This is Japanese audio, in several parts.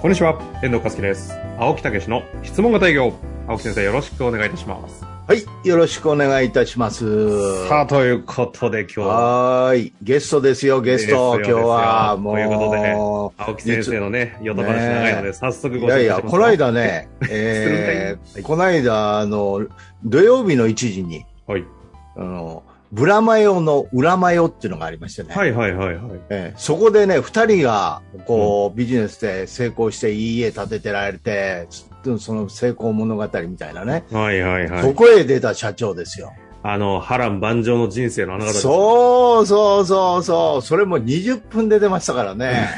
こんにちは、遠藤和樹です。青木武の質問型営業。青木先生、よろしくお願いいたします。はい、よろしくお願いいたします。さあ、ということで今日は、はーい、ゲストですよ、ゲスト、です今日よは。ということでねもう青木先生のね、ヨタ話長いのねで、早速いご紹や介いしや、ます。この 間ね、えーこの間、あの、土曜日の1時に、はい。あの、ブラマヨの裏マヨっていうのがありましてね。はいはいはいはい。えーそこでね、二人が、こう、ビジネスで成功して、いい家建ててられて、その成功物語みたいなね。はいはいはそい。こへ出た社長ですよ。あの、波乱万丈の人生のあなたですそうそうそうそう、それも20分で出ましたからね。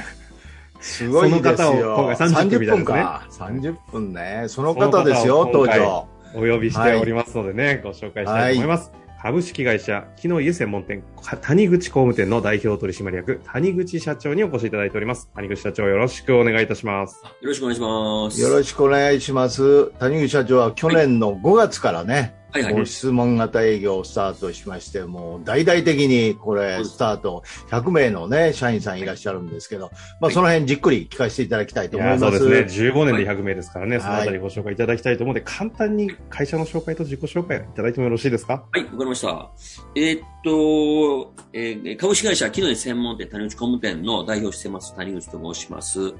すごいですよ。その方を今回30分みたいですねか。30分ね。その方ですよ、その方を登今回場。お呼びしておりますのでね、ご紹介したいと思います。株式会社、木の家専門店、谷口工務店の代表取締役、谷口社長にお越しいただいております。谷口社長、よろしくお願いいたします。よろしくお願いします。よろしくお願いします。谷口社長は去年の5月からね、はいはも。いう質問型営業をスタートしまして、もう大々的にこそうれ、ですスタート、100名のね、社員さんいらっしゃるんですけど、まあその辺じっくり聞かせていただきたいいと思いやます。そうですね。15年で100名ですからね、はいそのあたりご紹介いただきたいと思うので、簡単に会社の紹介と自己紹介いただいてもよろしいですかはい、わかりました。えーっと、えー株式会社、木の根専門店、谷口工務店の代表をしてます、谷口と申します。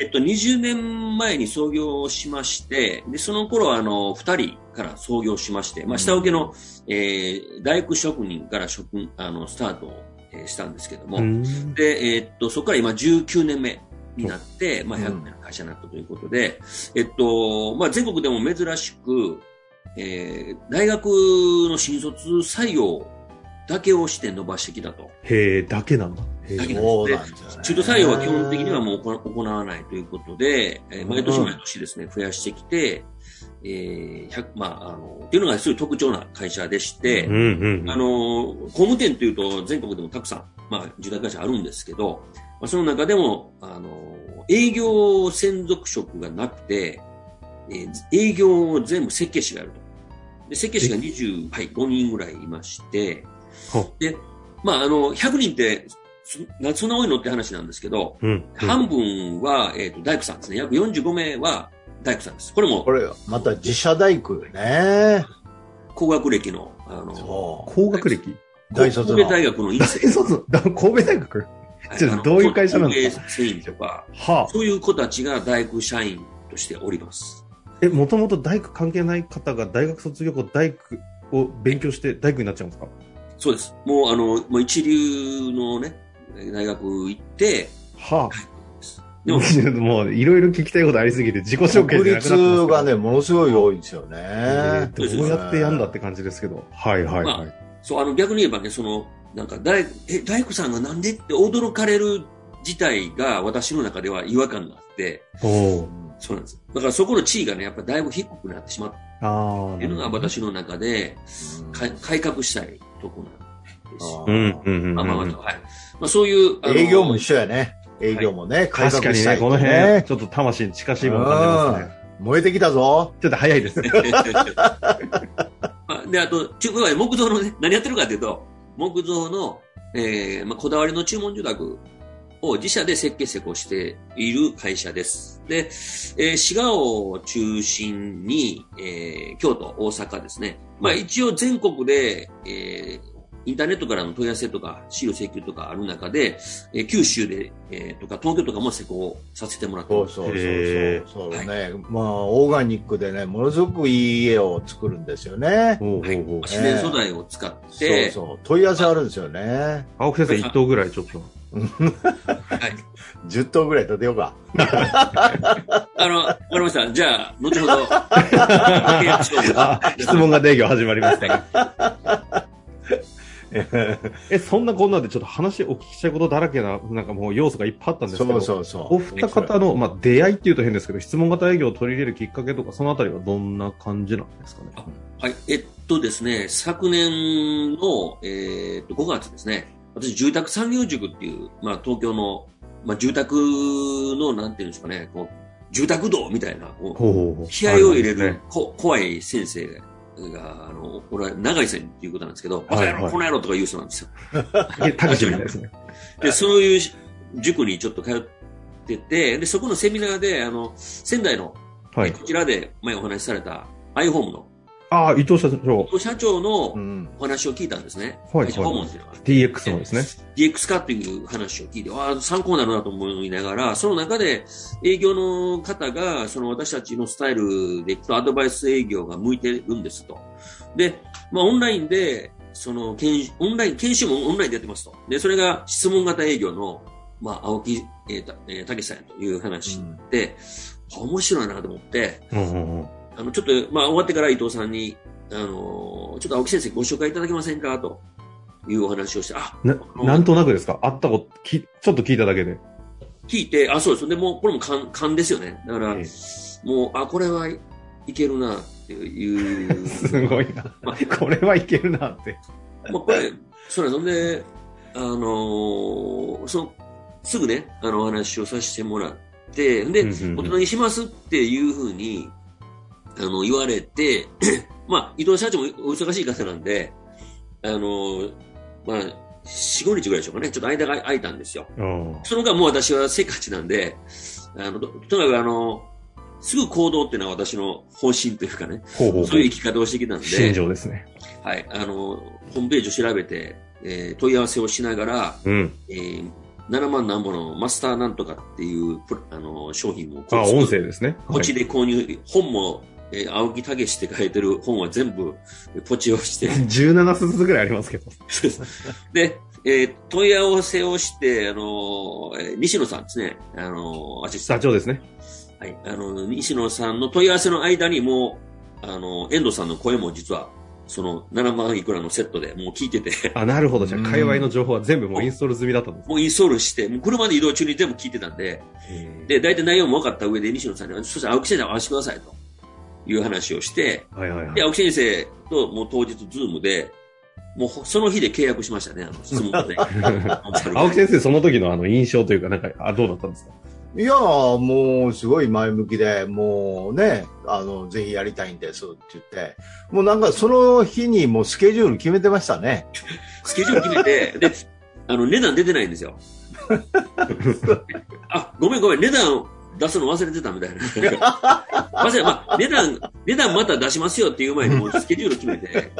えっと、20年前に創業しまして、で、その頃は、あの、2人から創業しまして、まあ、下請けの、えー大工職人から職人、あの、スタートをえーしたんですけども、で、えーっと、そこから今19年目になって、まあ、100年の会社になったということで、えっと、まあ、全国でも珍しく、えー大学の新卒採用だけをして伸ばしてきたと。へえ、だけなんだ。へーだけなんそうでなんすでね。すよね中途採用は基本的にはもう行行わないということで、えー毎年毎年ですね、増やしてきて、えー、100まあ、あの、っていうのがすごい特徴な会社でして、うんうんうん。あの、工務店というと全国でもたくさん、まあ、住宅会社あるんですけど、まあ、その中でも、あの、営業専属職がなくて、えー営業を全部設計士がやると。で、設計士が20、はい、5人ぐらいいましてほ、で、まあ、あの、100人って、そなそんな多いのって話なんですけど、うん、うん半分は、えっ、と、大工さんですね。約45名は大工さんです。これもこ、れ、また自社大工よね。高学歴の、あの、そ高学歴う。大卒神戸の。大学の院生え、。そうそう。だ神戸大学ちょっとあのどういう会社なんです工芸繊維とか、はあ。そういう子たちが大工社員としております。え、もともと大工関係ない方が大学卒業後、大工を勉強して大工になっちゃうんですかそうです。もう、あの、もう一流のね、大学行って、は でも、あ。もう、いろいろ聞きたいことありすぎて、自己紹介国じゃなくなってますけど立がね、ものすごい多いんですよえね。ーどうやってやんだって感じですけど。はいはいまはい。そう、あの、逆に言えばね、その、なんか、大、え、大工さんがなんでって驚かれる自体が私の中では違和感があって、おうーんそうなんです。だからそこの地位がね、やっぱだいぶ低くなってしまったああ。っていうのが私の中で、か改革したいとこなんですよ。あうーんうんうんうん。まあまあまあ、はい。まあそういう、あの営業も一緒やね。営業もね、改確か革にしたね、いこの辺、ちょっと魂に近しいものを感じますね。燃えてきたぞ。ちょっと早いですね。まあ、 で、あと、ちゅ要は木造のね、何やってるかというと、木造の、えーまあ、こだわりの注文住宅を自社で設計施工している会社です。で、えー滋賀を中心に、えー京都、大阪ですね。まあ、一応全国で、えーインターネットからの問い合わせとか、資料請求とかある中で、えー九州で、えーとか、東京とかも施工させてもらってそまうす。そうへーそうそう。そうね。まあ、オーガニックでね、ものすごくいい家を作るんですよね。おうおはいうおう自然素材を使って、そうそう。問い合わせあるんですよね。青木先生、一頭ぐらいちょっと。はい。 10頭ぐらい建てようか。あの、わかりました。じゃあ、後 ほど、契約しようかあ質問が営業始まりましたね。 え、そんなこんなでちょっと話お聞きしたいことだらけな、なんかもう要素がいっぱいあったんですけそど、うそうそう。お二方の、まあ、出会いっていうと変ですけど、質問型営業を取り入れるきっかけとか、そのあたりはどんな感じなんですかね。はい、えっとですね、昨年の、えーっと5月ですね、私、住宅産業塾っていう、まあ、東京の、まあ、住宅の、なんていうんですかね、こう住宅道みたいな、こほううほうほう気合を入れはいる、こ怖い先生が、あの、これは長井さんっていうことなんですけど、はいはいバカ野郎この野郎とか言う人なん ですよ。えタクシーみたいですね。で、そういう塾にちょっと通ってて、で、そこのセミナーで、あの、仙台の、はい。こちらで前お話しされた、アイホームの、ああ、伊藤社長、社長うのん。お話を聞いたんですね。はい会社訪問っていうのは。 DX のですね。 DX 化っていう話を聞いて、ああ、参考になるなと思いながら、その中で営業の方が、その私たちのスタイルでいくとアドバイス営業が向いてるんですと。で、まあオンラインで、その研修、オンライン、研修もオンラインでやってますと。で、それが質問型営業の、まあ、青木、えーたえー、たけさんという話で、あ面白いなと思って、うんうんうん。あの、ちょっと、まあ、終わってから伊藤さんに、あのーちょっと青木先生ご紹介いただけませんかというお話をして、あ、な、なんとなくですか会ったこと、き、ちょっと聞いただけで。聞いて、あ、そうです。で、もう、これも勘、勘ですよね。だから、ええもう、あ、これはいけるな、ってい う。すごいなま。これはいけるなって。まあ、これ、それ、そんで、あのーその、すぐね、あの、お話をさせてもらって、で、うんうんうん大人にしますっていうふうに、あの、言われて、 まあ、伊藤社長もお忙しい方なんで、あのーまあ、4、5日ぐらいでしょうかね。ちょっと間が空いたんですよ。うん。その間もう私はせっかちなんで、あの、ととにかくあの、すぐ行動っていうのは私の方針というかね、ほうほうそういう生き方をしてきたん心で、情ですね。はい、あの、ホームページを調べて、えー問い合わせをしながら、うん。えー7万なんぼのマスターなんとかっていうプロあの商品も、あ、音声ですね。ポチで購入、本も、えー青木武史って書いてる本は全部えーポチをして、 17冊ぐらいありますけど。そうですで、えー問い合わせをして、あのーえー西野さんですね、あのーアシスタン社ト長ですね。はい、あの、西野さんの問い合わせの間にもう、あの、遠藤さんの声も実は、その7万いくらのセットでもう聞いて て、あ、なるほど。じゃあ、うん界隈の情報は全部もうインストール済みだったんです。もうインストールして、もう車で移動中に全部聞いてたんで、で、大体内容も分かった上で西野さんに、そしたら青木先生お話してくださいという話をして、はいはいはいで、。青木先生ともう当日ズームで、もうその日で契約しましたね、あの質問で。 青木先生、その時のあの印象というか、なんか、あ、どうだったんですかいやーもうすごい前向きで、もうね、あの、ぜひやりたいんですって言って、もうなんかその日にもうスケジュール決めてましたね。スケジュール決めて、で、あの、値段出てないんで すよ。あ、ごめんごめん、値段出すの忘れてたみたいな。忘れ、まあ、値段、値段また出しますよっていう前にもうスケジュール決めて、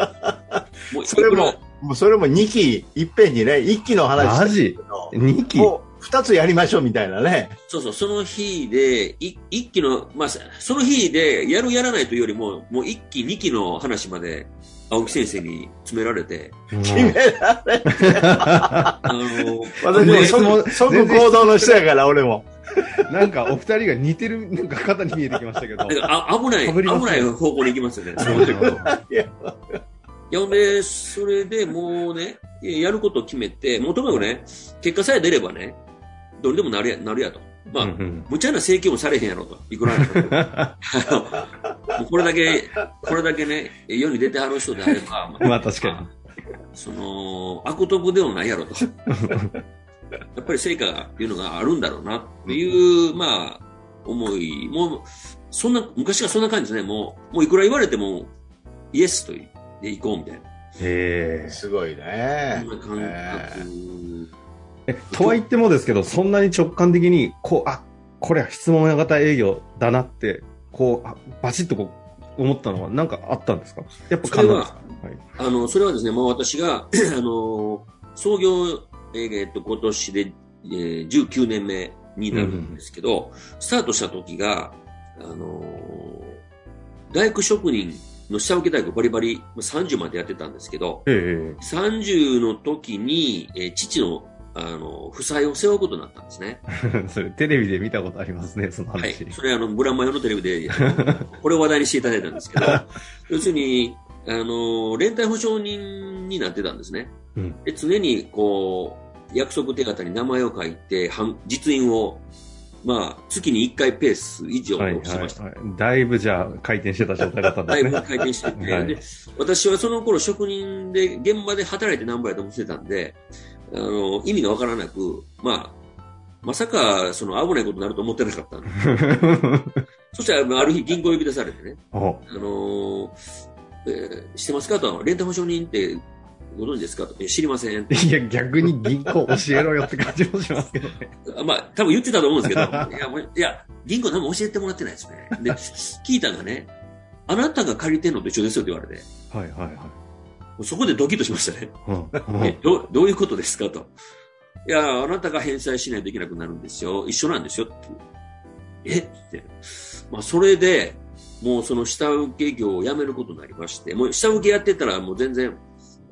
もう いそれくもら、、もうそれも2期いっぺんにね、1期の話マジしたけど ?2 期もう2つやりましょうみたいなね。そうそう、その日で、い一期の、まあ、その日でやるやらないというよりも、もう一期、二期の話まで、青木先生に詰められて、決められあ の、私ねも即即行動の人やから、俺も。なんか、お二人が似てる、なんか、肩に見えてきましたけ ど。なんかあ危ない、被危りますねない方向に行きますよね。その時いや、ほんで、それでもうね、やることを決めて、もうともかくね、結果さえ出ればね、どれでもなるや、なるやと。まあ、うんうん無茶な請求もされへんやろと。いくらやろと あ のもうこれだけ、これだけね、世に出てはる人であれば、まあまあ、確かその、悪徳ではないやろと。やっぱり成果っていうのがあるんだろうなっていう、まあ、思い。もう、そんな、昔はそんな感じですね。もう、もういくら言われても、イエスと言って行こうみたいな。に。へえ。すごいね。そんな感覚。ええ とは言ってもですけど、そんなに直感的に、こう、あ、これは質問型営業だなって、こう、あバチッとこう、思ったのは、なんかあったんですかやっぱ勘なんですかはいあの、それはですね、まあ私が、 あの、創業、えーえーっと、今年で、えー19年目になるんですけど、スタートした時が、あのー大工職人の下請け大工バリバリ、まあ30までやってたんですけど、え30の時に、えー父の、あの、負債を背負うことになったんですね。え それ、テレビで見たことありますね、そのはい話。。それあの、ブラマヨのテレ ビで、あのこれを話題にしていただいたんですけど、要するに、あの、連帯保証人になってたんですね。うんで常にこう約束手形に名前を書いて半実印を、まあ、月に1回ペース以上はい、はい、してました、はい。だいぶじゃあ、回転してた状態だったんですね。 だいぶ回転してて、はいで私はその頃職人で現場で働いて何倍やと思ってたんであの意味がわからなく、まあ、まさかその危ないことになると思ってなかったんで そしたらある日銀行呼び出されてねおあのーえーしてますかと、レンタ保証人ってご存知ですかと、え知りません。いや、逆に銀行教えろよって感じもしますけどね。あまあ、多分言ってたと思うん ですけど、いや、もういや銀行何も教えてもらってないですね。で、聞いたのがね、あなたが借りてんのと一緒ですよって言われて、はい、はい、はい。もうそこでドキッとしましたね。うんえどうどういうことですかと。いや、あなたが返済しないといけなくなるんですよ。一緒なんですよって。えって。まあ、それで、もうその下請け業を辞めることになりまして、もう下請けやってたらもう全然、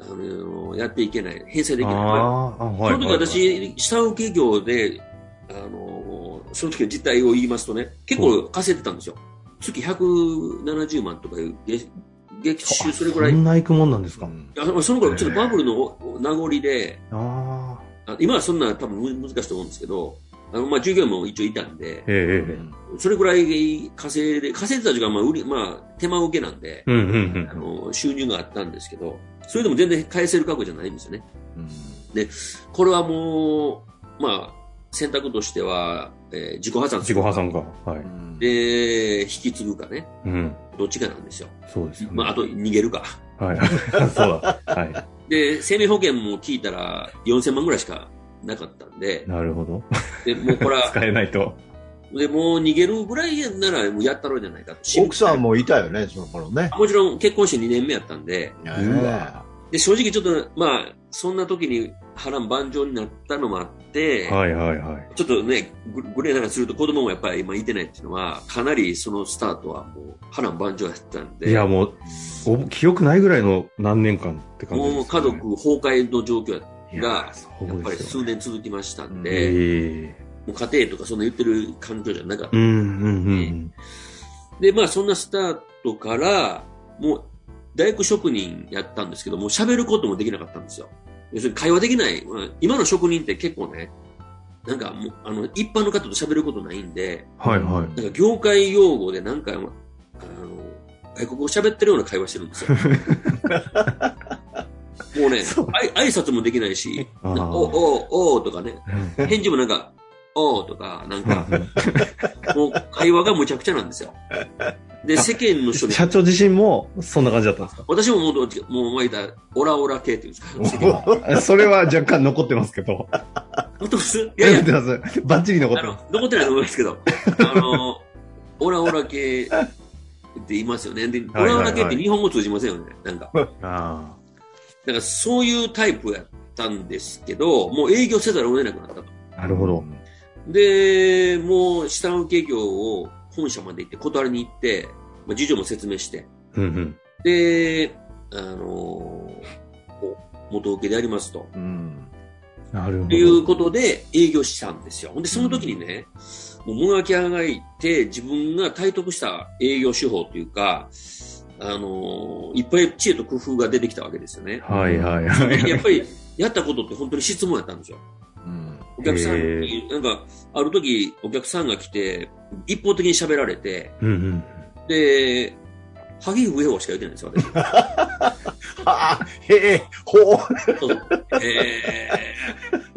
あのやっていけない。返済できない。ああ、はい。その時私、下請け業で、あのその時の実態を言いますとね、結構稼いでたんですよ。月170万とかいう月月収それぐらい。そいんな行くもんなんですか。やその頃ちょっとバブルの名残で、ああ。あ今はそんな多分む難しいと思うんですけど、あのまあ従業員も一応いたんで、ええええ。それぐらい稼いで、稼いでた時間はまあ売り、まあ手間受けなんで、うん、うあん、の収入があったんですけど、それでも全然返せる額じゃないんですよね。うんこれはもう、まあ選択としては、えー自己破産うん。すちるごかはさんか。はい。で、引き継ぐかね、うん。どっちかなんですよ。そうですよね。まああと逃げるか。はい。 そうだ。はで、生命保険も聞いたら4000万ぐらいしかなかったんでい。、なるほど。でもうこれは、使えないと。でもう逃げるぐらいならもうやったろうじゃないかと。奥さんもいたよね、その頃ね。もちろん結婚して2年目やったんで、うわで正直ちょっと、まあ、そんな時に波乱万丈になったのもあって、はい、はい、はい。ちょっとね、ググレーな話すると子供もやっぱり今いてないっていうのは、かなりそのスタートはもう波乱万丈やったんで、いや、もう、おぼ記憶ないぐらいの何年間って感じです、ね。もう家族崩壊の状況がいやがそうやっぱりですよ数ね年続きましたんえで、えもう家庭とかそんな言ってる環境じゃなかっえうた。ん、うん、うん。で、まあそんなスタートから、もう大工職人やったんですけど、もう喋ることもできなかったんですよ。要するに会話できない。まあ今の職人って結構ね、なんかもう、あの、一般の方と喋ることないんで、はい、はい。なんか業界用語でなんか、あの、外国語喋ってるような会話してるんですよ。もうね、あい挨拶もできないし、あーなんかおおおとかね、返事もなんか、おーとか、なんか、 もう会話がむちゃくちゃなんですよ。で、世間の人に、社長自身もそんな感じだったんですか私ももうどっちか、もう前だ、オラオラ系っていうんですか、世間の。あそれは若干残ってますけど。本当ですいやい残やっ、て ます。バッチリ残っあてのま、残ってないと思いますけど、あの、オラオラ系って言いますよね。で、オはいラオラ系って日本語通じませんよね。なんか、す。あなんかそういうタイプやったんですけど、もう営業せざるを得なくなったと。あ。なるほど。で、もう下請け業を本社まで行って、断りに行って、まあ、事情も説明して、うん、うん。で、あのお元請けでありますと。うん。なるほど。ということで営業したんですよ。ほんで、その時にね、もう物書き上がいて、自分が体得した営業手法というか、あのいっぱい知恵と工夫が出てきたわけですよね。はい、はい、はい。やっぱり、やったことって本当に質問やったんですよ。うん。お客さんへに、なんか、ある時、お客さんが来て、一方的に喋られて、うん、うん。 で、萩上をしか言ってないんですよ、私。ああ、へえ、ほう。そうへー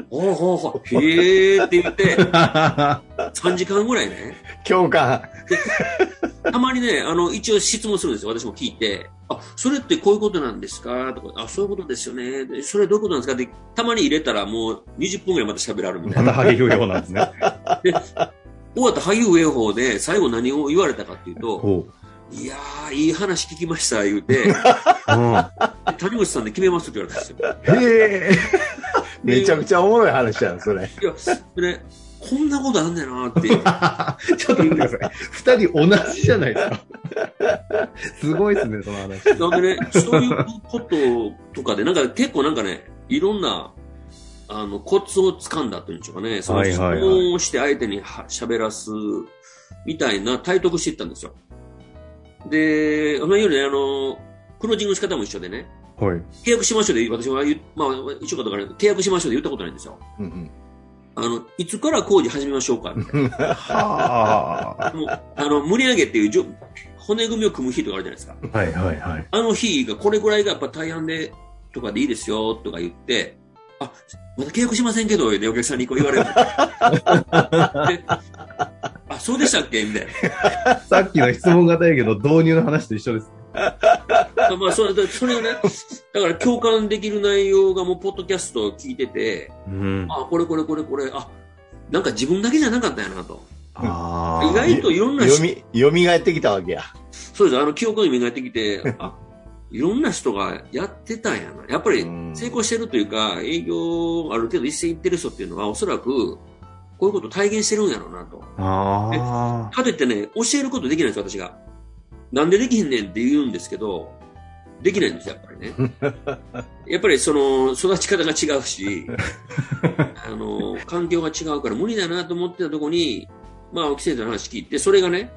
ほうほうほう、へーって言って、3時間ぐらいね、共感。たまにね、あの、一応質問するんですよ。私も聞いて。あ、それってこういうことなんですかとか、あ、そういうことですよね。でそれどういうことなんですかって、たまに入れたらもう20分ぐらいまた喋られるみたまいたな。ハゲ不要なんです ね。終わった萩上法で最後何を言われたかっていうと、おう。いやー、いい話聞きました、言うて、うん。へ谷口さんで決めますって言われたんですよ。え。めちゃくちゃおもろい話やん、それ。いや、それ、こんなことあんねんなーってい う。ちょっと待ってください。二人同じじゃないですか。すごいですね、その話。なんでね、そういうこととかで、なんか結構なんかね、いろんな、あの、コツを掴んだというんでしょうかね。そのはい質はいはい問をして相手には喋らす、みたいな体得していったんですよ。で、同じようにねあの、クロージングの仕方も一緒でね、はい。契約しましょうで、私は言う、まあ、一応かどうかわからない契約しましょうで言ったことないんですよ。うんうんあの、いつから工事始めましょうかみたいはな。もう、あの、無理上げっていうじょ、骨組みを組む日とかあるじゃないですか。いはいはい。あの日がこれぐらいがやっぱ対案でとかでいいですよとか言って、あ、まだ契約しませんけど、でお客さんにこう言われる。であ、そうでしたっけみたいさっきの質問型やけど、導入の話と一緒です。な。まあ、それ、それがね、だから共感できる内容がもう、ポッドキャストを聞いてて、うん。あ、これこれこれこれ、あ、なんか自分だけじゃなかったんやなと。あ意外といろんな人読み、読み返ってきたわけや。そうです。あの、記憶に磨いて きて、あ、いろんな人がやってたんやな。やっぱりうん成功してるというか、営業ある程度一線行ってる人っていうのは、おそらく、こういうこと体現してるんやろうなと。あかといってね、教えることできないんですよ、私が。なんでできへんねんって言うんですけど、できないんですよ、やっぱりね。 やっぱりその、育ち方が違うし、あの、環境が違うから無理だなと思ってたとこに、まあ、青木先生の話聞いて、それがね、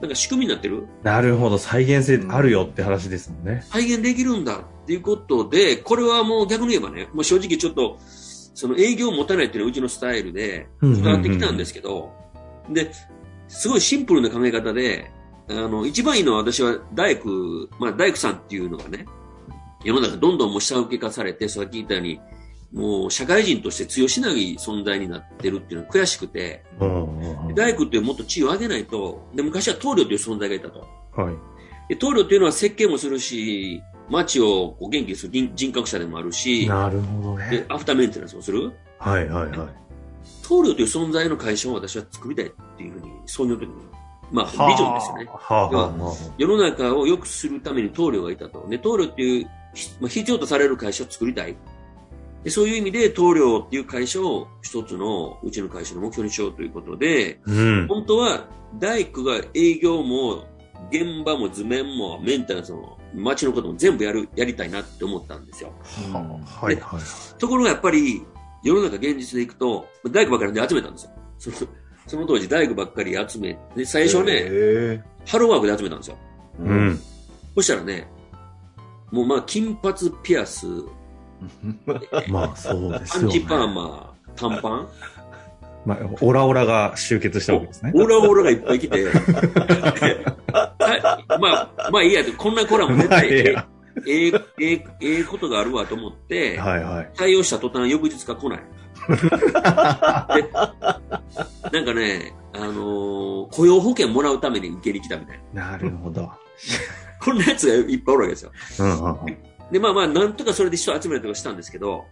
なんか仕組みになってるなるほど。再現性あるよって話ですもんね。再現できるんだっていうことで、これはもう逆に言えばね、もう正直ちょっと、その営業を持たないっていうのはうちのスタイルで、うんうんうん伝わってきたんですけど、で、すごいシンプルな考え方で、あの、一番いいのは私は大工、まあ大工さんっていうのがね、世の中どんどんもう下請け化されて、さっき言ったように、もう社会人として通用しない存在になってるっていうのは悔しくて、うんうんうん大工ってもっと地位を上げないと、で、昔は棟梁という存在がいたと。はい。で、棟梁っていうのは設計もするし、街をこう元気にする人人格者でもあるし、なるほどでね。、アフターメンテナンスもする。はいはいはい。棟梁という存在の会社を私は作りたいっていうふうに、創業の時に、まあ、ビジョンですよね。はあはあは世の中を良くするために棟梁がいたと。で、棟梁っていう、ひまあ、必要とされる会社を作りたい。でそういう意味で、棟梁っていう会社を一つの、うちの会社の目標にしようということで、あ。うん。本当は大工が営業も現場も図面もメンテナンスも街のことも全部やるやりたいなって思ったんですよはあはいはい。ところがやっぱり世の中現実でいくと大工ばっかりで集めたんですよそのその当時大工ばっかり集めで最初ね、へハローワークで集めたんですよーう。ん。そしたらねもうまあ金髪ピアスまあそうですパよね。ンチパーマ短パンまあ、オラオラが集結したわけですね。オラオラがいっぱ い来て、はいまあ、まあいいやと、こんなコラム 絶対、えまえええええことがあるわと思って、はいはい。対応した途端翌日が来ない。でなんかね、あのー雇用保険もらうために受けに来たみたいな。なるほど。こんなやつがいっぱいおるわけですよ。うんうんうん。で、まあまあ、なんとかそれで人を集めるとかしたんですけど、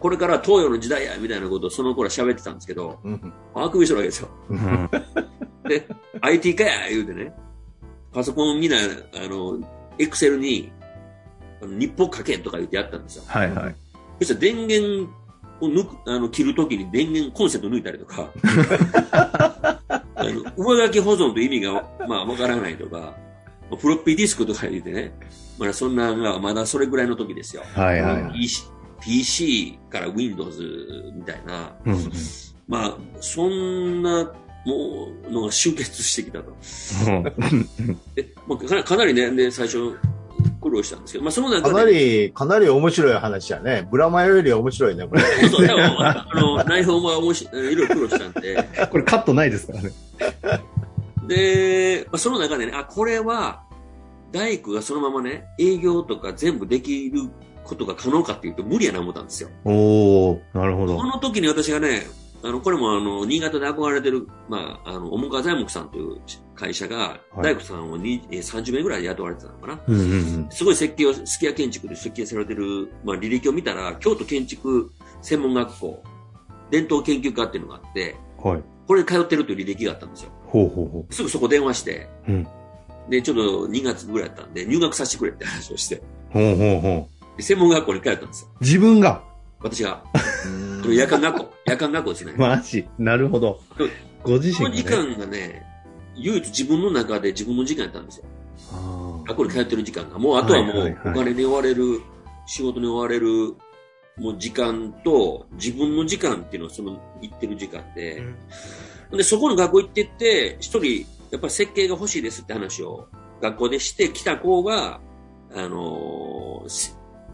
これから東洋の時代や、みたいなことをその頃は喋ってたんですけど、うんあくびしとるわけですよ。うんで、IT かや言うてね、パソコンみんな、あの、エクセルに、あの日報書けとか言ってやったんですよ。はいはい。そしたら電源を抜く、あの、切るときに電源コンセント抜いたりとか、あの、上書き保存という意味が、まあ、わからないとか、フロッピーディスクとか言ってね、まだそんなのが、まだそれぐらいの時ですよ。はいはいはい。 PC, PC から Windows みたいな、うんうんまあ、そんな、もう、のが集結してきたと。で、まあ、かなかなりね、で、最初、苦労したんですけど、まあ、その中かで。なり、かなり面白い話やね。ブラマヨより面白いね、これ。そうそう、多分、あの、内容は面白い、いろいろ苦労したんで、これカットないですからね。で、まあ、その中でね、あ、これは、大工がそのままね、営業とか全部できることが可能かっていうと無理やな思ったんですよ。おおなるほどこ。の時に私がね、あの、これもあの、新潟で憧れてる、まあ、あの、重川材木さんという会社が、はい大工さんをにえー30名ぐらいで雇われてたのかな。うんうんうん。すごい設計を、スキヤ建築で設計されてる、まあ、履歴を見たら、京都建築専門学校、伝統研究科っていうのがあって、はい。これに通ってるという履歴があったんですよ。ほうほうほすぐそこ電話して、うんで、ちょっと2月ぐらいだったんで、入学させてくれって話をして、う。ほうほうほで専門学校に通ったんですよ。う。自分が私が、うんこれ夜間学校、夜間学校 ですね。マジなるほどうん。ご自その身時が、ね。間がね、唯一自分の中で自分の時間やったんですよ。あ学校に通ってる時間が。もうあとはもはいうはいおはい金に追われる、仕事に追われる、もう時間と、自分の時間っていうのはその行ってる時間で、で、そこの学校行ってって、一人、やっぱり設計が欲しいですって話を学校でして、来た子が、あのーせ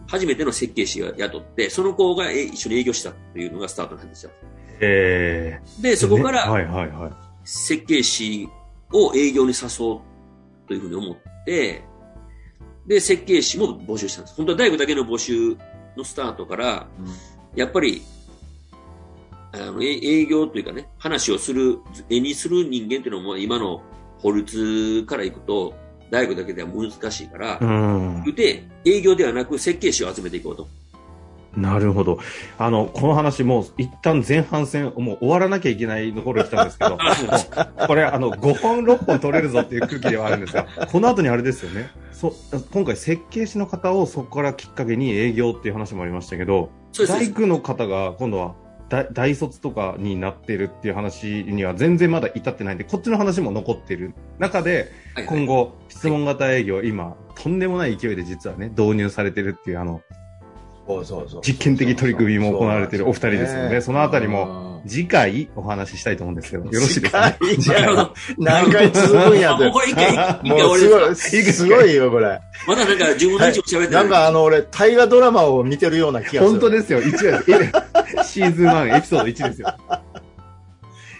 初めての設計士を雇って、その子がえ一緒に営業したというのがスタートなんですよ。えで、ーそこから、ねはいはいはい。設計士を営業に誘おうというふうに思って、で、設計士も募集したんです。本当は大工だけの募集のスタートから、やっぱり、あの、え営業というかね、話をする、絵にする人間っていうのも今の法律からいくと、大工だけでは難しいから、うん。で、営業ではなく設計士を集めていこうと。なるほど。あの、この話もう一旦前半戦、もう終わらなきゃいけないところに来たんです けど、これあの、5本6本取れるぞっていう空気ではあるんですが、この後にあれですよね。そ今回設計士の方をそこからきっかけに営業っていう話もありましたけど、そうです大工の方が今度は大大卒とかになってるっていう話には全然まだ至ってないんで、こっちの話も残ってる中で、はいはい今後、質問型営業、今、とんでもない勢いで実はね、導入されてるっていう、あの、そうそうそう 実験的取り組みも行われているお二人ですよねそのあたりも。次回お話ししたいと思うんですけど、よよろしいですか、なるほど。何回続くんやと。もうこれ一回一 回もう終わりですごい、すごいよ、これ。まだなんか自分の以上喋ってなんかあの、俺、大河ドラマを見てるような気がする。本当ですよ、1です。シーズン1、エピソード1ですよ。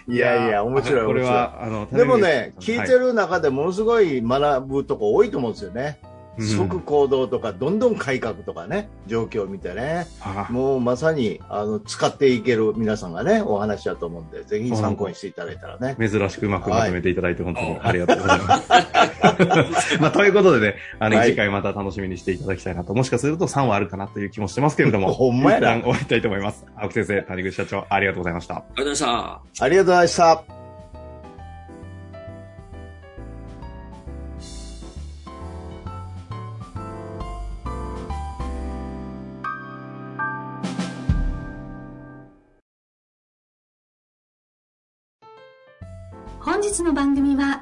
いやいや、面白い、これ面白い。は、あの、でもね、谷口聞さんいて、る中でものすごい学ぶとこ多いと思うんですよね。はい即行動とか、どんどん改革とかね、状況を見てね。うんもうまさに、あの、使っていける皆さんがね、お話だと思うんで、ぜひ参考にしていただいたらね。珍しくうまくまとめていただいて、本当にありがとうございます。 まあ、ということでね、あの、はい次回また楽しみにしていただきたいなと、もしかすると3はあるかなという気もしてますけれども、ほんまや一な旦終わりたいと思います。青木先生、谷口社長、ありがとうございました。ありがとうございました。ありがとうございました。本日の番組は